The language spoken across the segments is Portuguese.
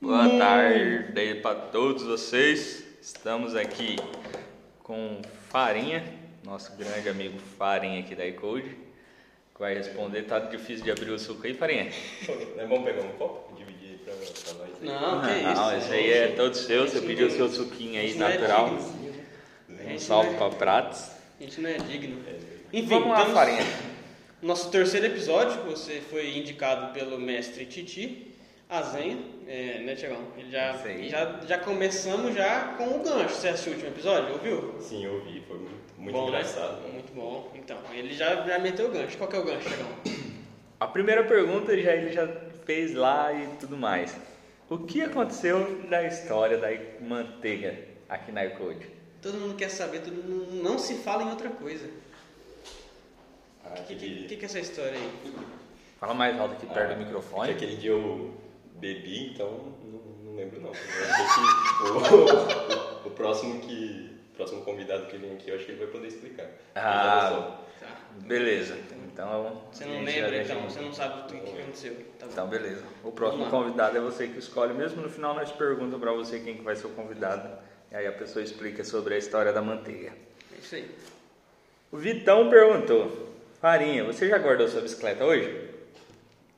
boa tarde para todos vocês. Estamos aqui com Farinha, nosso grande amigo Farinha aqui da iCode, que vai responder. Tá difícil de abrir o suco aí, Farinha? É bom pegar um copo e dividir aí pra, pra nós. aí? Não, que isso. Ah, Não, esse aí é todo seu. Você pediu o seu suquinho aí Isso não é natural. digno. Um salve para Pratos. A gente não é digno. Enfim, Vamos lá, estamos- Farinha. Nosso terceiro episódio, você foi indicado pelo mestre Titi, Azenha, é, né, Tiagão? Ele já, Isso aí. já, já começamos já com o gancho. Você assistiu o último episódio, ouviu? Sim, eu vi, foi muito, muito Bom, né? engraçado. né? Muito bom. Então, ele já, já meteu o gancho. Qual que é o gancho, Tiagão? A primeira pergunta já ele já fez lá e tudo mais. O que aconteceu na história da manteiga aqui na iCode? Todo mundo quer saber, todo mundo não se fala em outra coisa. Ah, O que, aquele- que, que é essa história aí? Fala mais alto aqui perto ah, do é microfone. que aquele dia eu bebi, então não, não lembro não. Eu acho que o, o próximo que. O próximo convidado que vem aqui, eu acho que ele vai poder explicar. Ah. Olha Tá. Beleza. Então. Você a não gente já lembra, deixa- então. Você não sabe do que que aconteceu. Tá bom. Então, beleza. O próximo Vamos lá. convidado é você que escolhe. Mesmo no final, nós perguntamos pra você quem que vai ser o convidado. E aí a pessoa explica sobre a história da manteiga. É isso aí. O Vitão perguntou: Farinha, você já guardou sua bicicleta hoje?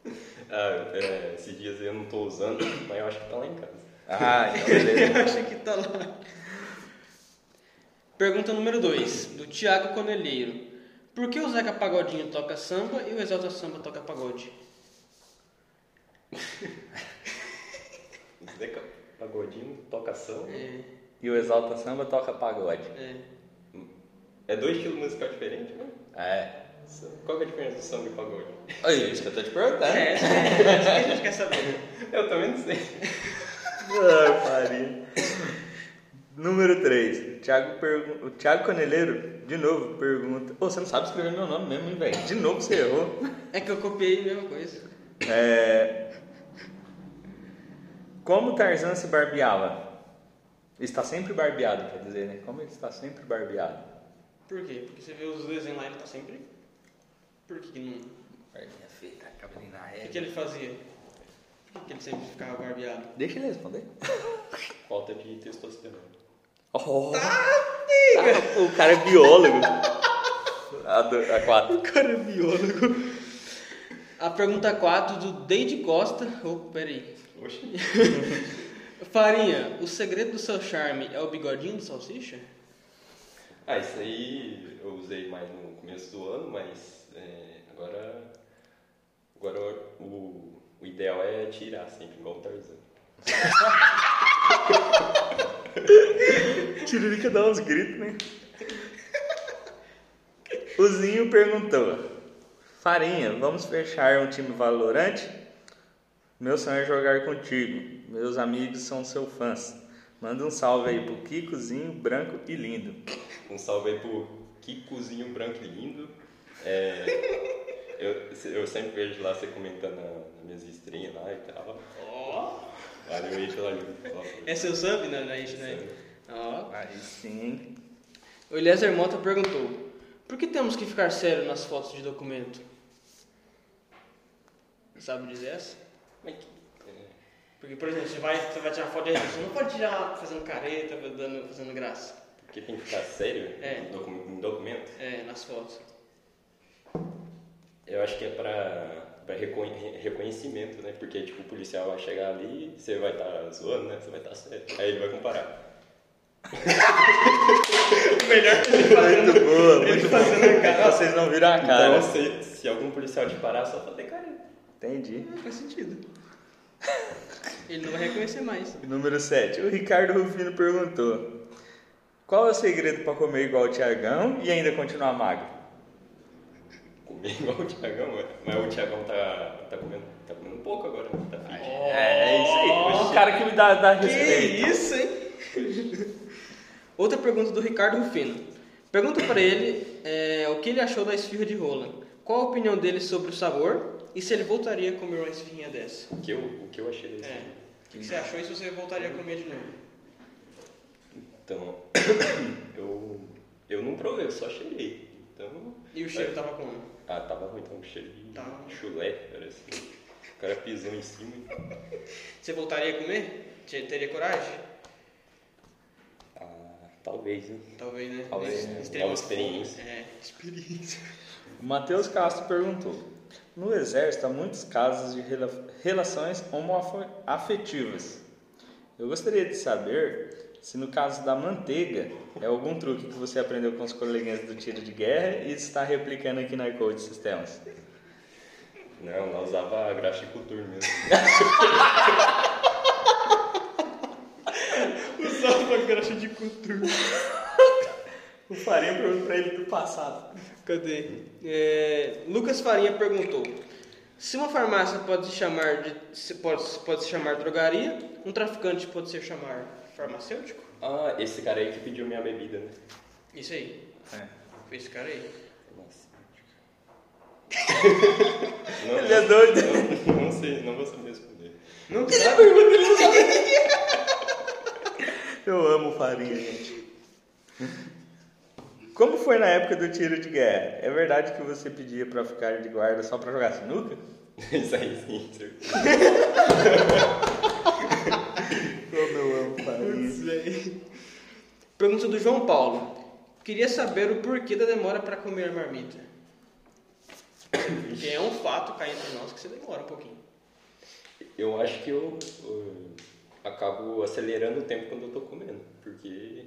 só. Ah, é, esses dias eu não tô usando, mas eu acho que tá lá em casa. Ah, então beleza. Eu acho que tá lá. Pergunta número 2, do Thiago Conelheiro. Por que o Zeca Pagodinho toca samba e o Exalta Samba toca pagode? Isso daí é Pagodinho, tocação. É, E o Exalta Samba toca pagode. é. É dois estilos musicais diferentes, né? É. Qual que é a diferença do samba e pagode? É isso que eu tô te perguntando. É, isso que a gente quer saber. Eu também não sei. Ai, Farinha. Número 3. Thiago pergun- O Thiago Coneleiro, de novo, pergunta. Ô, você não sabe escrever meu nome mesmo, hein, velho? De novo você errou. É que eu copiei a mesma coisa. É... Como Tarzan se barbeava? Está sempre barbeado, quer dizer, né? Como ele está sempre barbeado? Por quê? Porque você vê os desenhos lá, ele tá sempre... Por que que não... Barbinha feita, cabelinho na O que, que ele fazia? Por que, que ele sempre ficava barbeado? é? Deixa ele responder. Falta de testosterona. Oh. Ah, o cara é biólogo. a, do... a quatro. O cara é biólogo. A pergunta 4, do Deide Costa... Oh, peraí. Oxi. Farinha, o segredo do seu charme é o bigodinho do salsicha? Ah, isso aí eu usei mais no começo do ano, mas é, agora, agora o, o ideal é tirar sempre, igual o Tarzan. Tiririca dá uns gritos, né? O Zinho perguntou: Farinha, vamos fechar um time valorante? Meu sonho é jogar contigo. Meus amigos são seus fãs. Manda um salve aí pro Kiko, Zinho, Branco e Lindo. Um salve aí pro Kikozinho Branco e Lindo. É, eu, eu sempre vejo lá você comentando na- nas minhas estrelinhas lá e tal. Valeu aí pela ajuda. por favor. É seu sub, né? Não é isso, né? Sub. Ó. Aí sim. O Eliezer Mota perguntou: Por que temos que ficar sério nas fotos de documento? Sabe dizer essa? Mas que- é, Porque, por exemplo, você vai, você vai tirar foto de revista, você não pode tirar fazendo careta, dando, fazendo graça. porque tem que ficar sério É. em docu- em documento? É, nas fotos. Eu acho que é pra, pra reconhe- re- reconhecimento, né? Porque, tipo, o policial vai chegar ali, você vai estar zoando, né? Você vai estar sério. Aí ele vai comparar. Melhor que ele fazendo. Boa, ele muito fazendo a bom. cara. Vocês não viram a cara. Então, se, se algum policial te parar, só fazer careta. Entendi. Não faz sentido. Ele não vai reconhecer mais. Número 7. O Ricardo Rufino perguntou: Qual é o segredo pra comer igual o Tiagão e ainda continuar magro? Comer igual o Thiagão, ué. mas o Thiagão tá, tá, comendo, tá comendo pouco agora, né? tá fit. É, é isso aí. Um cara que me dá, dá respeito. Que isso, hein? Outra pergunta do Ricardo Rufino. Pergunta pra ele é, o que ele achou da esfirra de rola. Qual a opinião dele sobre o sabor e se ele voltaria a comer uma esfirrinha dessa? O que eu, o que eu achei desse É. vídeo? O que você achou e se você voltaria a comer de novo? Então, eu, eu não provei, eu só cheirei. Então, E o cheiro tava como? ah, tava ruim, então cheiro de Tava. chulé, parece. O cara pisou em cima. Você voltaria a comer? Te- Teria coragem? Ah, talvez, hein? Talvez, né? Talvez, Eles- né? eles teriam uma Nova fome. experiência. É, experiência. O Matheus Castro perguntou: No exército há muitos casos de rela- relações homoafetivas. Eu gostaria de saber se no caso da manteiga é algum truque que você aprendeu com os coleguinhas do tiro de guerra e está replicando aqui na Code Systems. Né, Não, lá usava graxicultura mesmo. Usava graxa de cultura. O Farinha perguntou pra ele do passado. Cadê? É, Lucas Farinha perguntou: se uma farmácia pode se chamar de se pode, se pode se chamar drogaria, um traficante pode se chamar farmacêutico? Ah, esse cara aí que pediu minha bebida, né? Isso aí. Foi esse cara aí. Nossa. Não, Ele é doido. Não, não sei, não vou saber responder. Não tu sabe? Eu amo o Farinha, gente. Como foi na época do tiro de guerra? É verdade que você pedia pra ficar de guarda só pra jogar sinuca? Isso aí sim, certeza. Como eu amo o Farinha. Isso aí. Pergunta do João Paulo. Queria saber o porquê da demora para comer a marmita. Porque é um fato cá entre nós que você demora um pouquinho. Eu acho que eu, eu acabo acelerando o tempo quando eu tô comendo, porque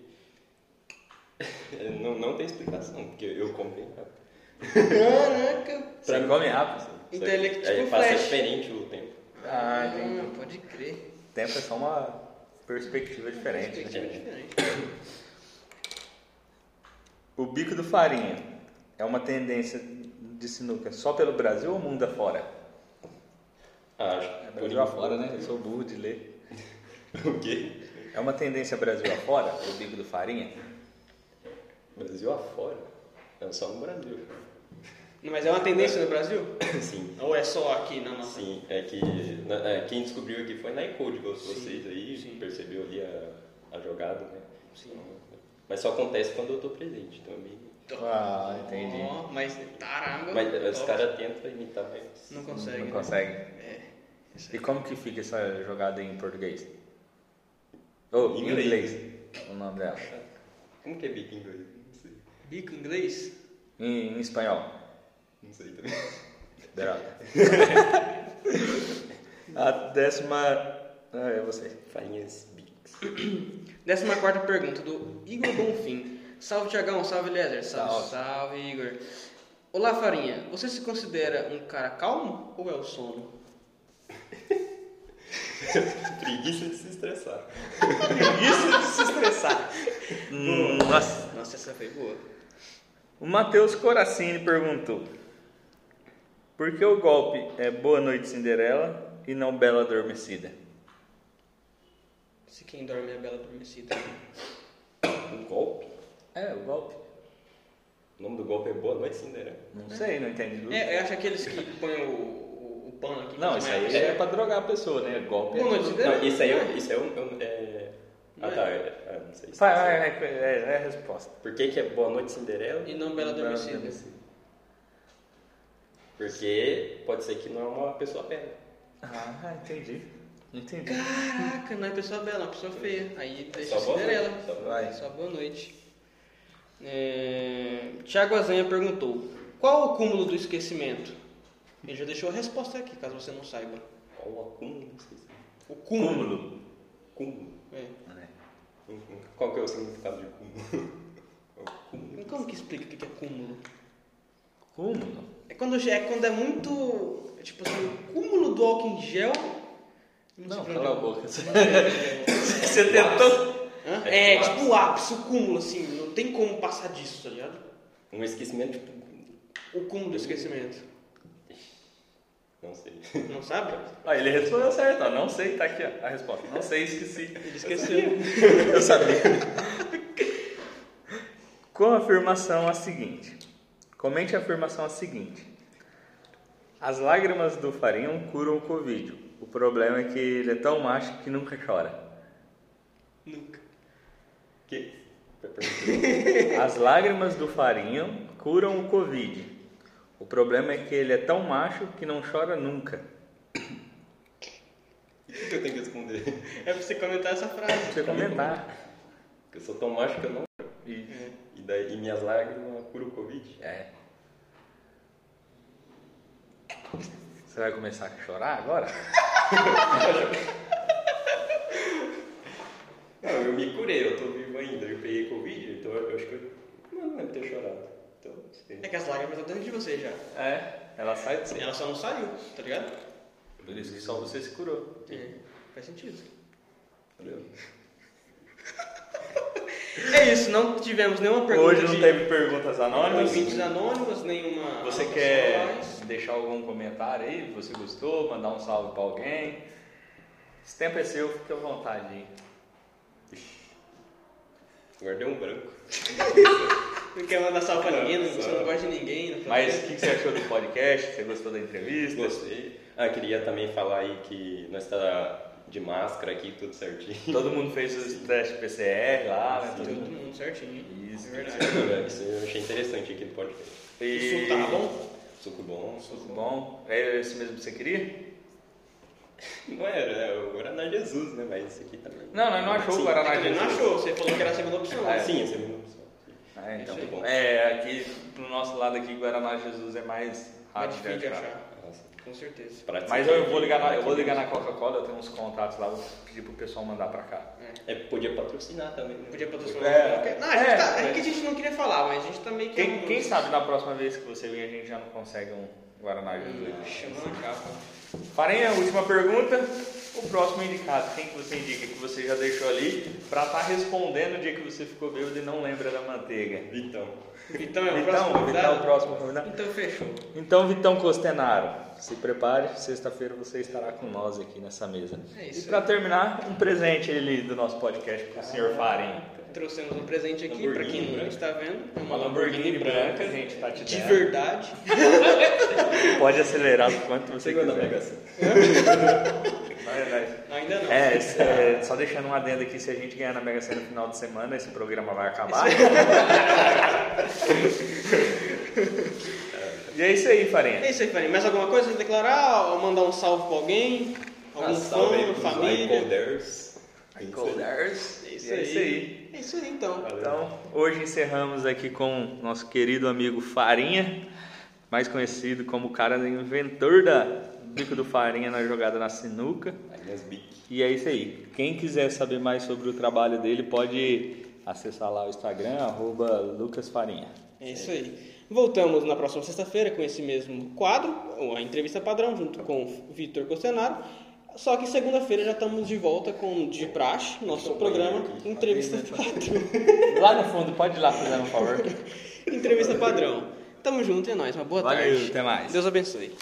não, não tem explicação, porque eu como bem rápido. Caraca! Pra Sim. come rápido. Só Então que ele é tipo aí passa flash. diferente o tempo. Ah, entendi. Ah, pode crer. Tempo é só uma perspectiva diferente. né? Perspectiva diferente. O bico do farinha é uma tendência de sinuca só pelo Brasil ou mundo afora? Ah, acho É que Brasil afora, né? Eu sou burro de ler. né? O quê? É uma tendência Brasil afora, o bico do farinha? Brasil afora? É só no Brasil. Mas é uma tendência no Brasil? Sim. Ou é só aqui na nossa? Sim, é que na- é, quem descobriu aqui foi na iCode, igual vocês aí, sim. percebeu ali a, a jogada, né? Sim. Então, Mas só acontece quando eu tô presente então é também. Ah, entendi. então? Ó, mas caramba. Mas eh, os Ah, top. caras tentam imitar, mas. não conseguem. Não né? consegue. É. Isso E aí. como que fica essa jogada em português? Ou em Inglês. inglês. O nome dela. Como que é bico em inglês? Não sei. Bico em inglês? Em, em espanhol. Não sei também. Droga. A décima. Ah, é você. Farinhas bics. Décima quarta pergunta do Igor Bonfim. Salve Tiagão, salve Lézer. Salve. Salve, salve Igor. Olá Farinha, você se considera um cara calmo ou é o sono? Preguiça de se estressar. Preguiça de se estressar. Hum, Nossa. Nossa, essa foi boa. O Matheus Coracini perguntou: Por que o golpe é Boa Noite Cinderela e não Bela Adormecida? Se quem dorme é a bela adormecida. né? Um golpe? É, o golpe. O nome do golpe é Boa Noite Cinderela. Não sei, não entendi. do- É, eu acho aqueles que põem o, o, o pano aqui. né? Não, pra isso desmaiar a aí pessoa. é pra drogar a pessoa, né? Golpe Boa noite, Cinderela. É. Não, isso aí é. Isso aí é, um- é um- é- Não Ah é? tá, é- é, não sei. se- Vai, vai, vai, é, é a resposta. Por que, que é Boa Noite Cinderela? E não Bela Bela Adormecida. Adormecida. Porque pode ser que não é uma pessoa bela. Ah, entendi. Entendi. Caraca, não é pessoa bela, é uma pessoa feia. Aí deixa Só boa Cinderela. noite, só boa Vai. Só boa noite. É... Tiago Azanha perguntou: Qual o cúmulo do esquecimento? Ele já deixou a resposta aqui, caso você não saiba. Qual o acúmulo? Não sei se. é O cúmulo. Cúmulo. É. Uhum. Qual que é o significado de cúmulo? Mas Como que explica o que que é cúmulo? Cúmulo? É quando já- é, quando é muito. é Tipo assim, o cúmulo do álcool em gel. tipo, Não, sei pra onde cala a eu- boca. Hã? Você tentou. É, É tipo o tipo o ápice, o cúmulo, assim. Não tem como passar disso, tá ligado? Um esquecimento tipo. O cúmulo do esquecimento. Não sei. Não sabe? Ó, ele respondeu certo, ó. Não sei, tá aqui ó, a resposta. Não sei, esqueci. Ele esqueceu. Eu sabia. Com a afirmação a seguinte. Comente a afirmação a seguinte. As lágrimas do farinhão curam o Covid. O problema é que ele é tão macho que nunca chora. Nunca. Que? As lágrimas do farinhão curam o Covid. O problema é que ele é tão macho que não chora nunca. que eu tenho que responder? É pra você comentar essa frase. Você comentar. Que eu sou tão macho que eu não. Isso. E, daí, e minhas lágrimas curam o Covid? É. Você vai começar a chorar agora? Não, eu me curei, eu tô vivo ainda. Eu peguei Covid, então eu acho que eu. Não, não lembro de ter chorado. Então, não sei. É que as lágrimas estão dentro de você já. Assim, É. Ela sai de Ela só não saiu, tá ligado? É, Por isso que só você se curou. Faz sentido. Valeu. É isso, não tivemos nenhuma pergunta Hoje não de teve perguntas anônimas. ouvintes anônimos, nenhuma... Você anotação quer mais. deixar algum comentário aí? Você gostou? Mandar um salve pra alguém? Esse tempo é seu, fique à vontade. hein? Guardei um branco. Não quer mandar salve pra ninguém, não, Só- você não gosta de ninguém. Não Mas o que que você achou do podcast? Você gostou da entrevista? Gostei. Ah, queria também falar aí que nós tá de máscara aqui, tudo certinho. Todo mundo fez os testes PCR lá, né? Todo Todo- mundo certinho. Isso. É verdade. Isso eu achei interessante aqui no podcast. E... Isso tá bom? Suco bom. Tudo bom? É esse mesmo que você queria? Não era, é o Guaraná Jesus, né? Mas esse aqui também. Não, nós não achou o Guaraná Ele não Jesus. achou, você falou que era a segunda opção. Ah, sim, essa é a minha opção. Ah, então. Isso aí. É, aqui pro nosso lado aqui, Guaraná Jesus é mais É rápido difícil de achar, Nossa, com certeza. prática Mas eu que- vou ligar na, eu vou ligar na Coca-Cola, eu tenho uns contatos lá, vou pedir pro pessoal mandar pra cá. É, podia patrocinar também. Né? Podia patrocinar. É. qualquer- Não, a gente É, tá- é mas- que a gente não queria falar, mas a gente tá meio que. Quem, quem sabe na próxima vez que você vir a gente já não consegue um Guaraná Jesus. Chamando a capa. Farinha, última pergunta. O próximo indicado, quem que você indica que você já deixou ali pra estar respondendo o dia que você ficou bêbado e não lembra da manteiga? Então, Então é o próximo Vitão, Vitão, o convidado? próximo convidado. Então fechou. Então, Vitão Costenaro, se prepare, sexta-feira você estará com nós aqui nessa mesa. É isso e para terminar, um presente ali do nosso podcast para o senhor Farinha. Trouxemos um presente aqui pra quem não Lamborghini está vendo. É Uma Lamborghini branca, a gente tá te De dando. verdade. Pode acelerar o quanto você chegou na Mega quiser. Sena. Vai, vai. Ainda não. É, s- é, só deixando um adendo aqui, se a gente ganhar na Mega Sena no final de semana, esse programa vai acabar. e é isso aí, Farinha. É isso aí, Farinha. Mais alguma coisa a declarar? Ou mandar um salve pra alguém? Algum Ah, salve aí fã, pros família? Icolders. Colders. É É isso aí. É isso aí então. Então, hoje encerramos aqui com nosso querido amigo Farinha, mais conhecido como o cara do inventor da bico do Farinha na jogada na sinuca. Agnes Bic. E é isso aí. Quem quiser saber mais sobre o trabalho dele, pode acessar lá o Instagram, arroba lucasfarinha. É isso aí. Voltamos na próxima sexta-feira com esse mesmo quadro, ou a entrevista padrão, junto com o Vitor Costenaro. Só que segunda-feira já estamos de volta com de praxe, nosso programa Entrevista né? Padrão. Lá no fundo, pode ir lá fazer um favor. entrevista Padrão. Tamo junto, é nóis. Uma boa Valeu, tarde. até mais. Deus abençoe.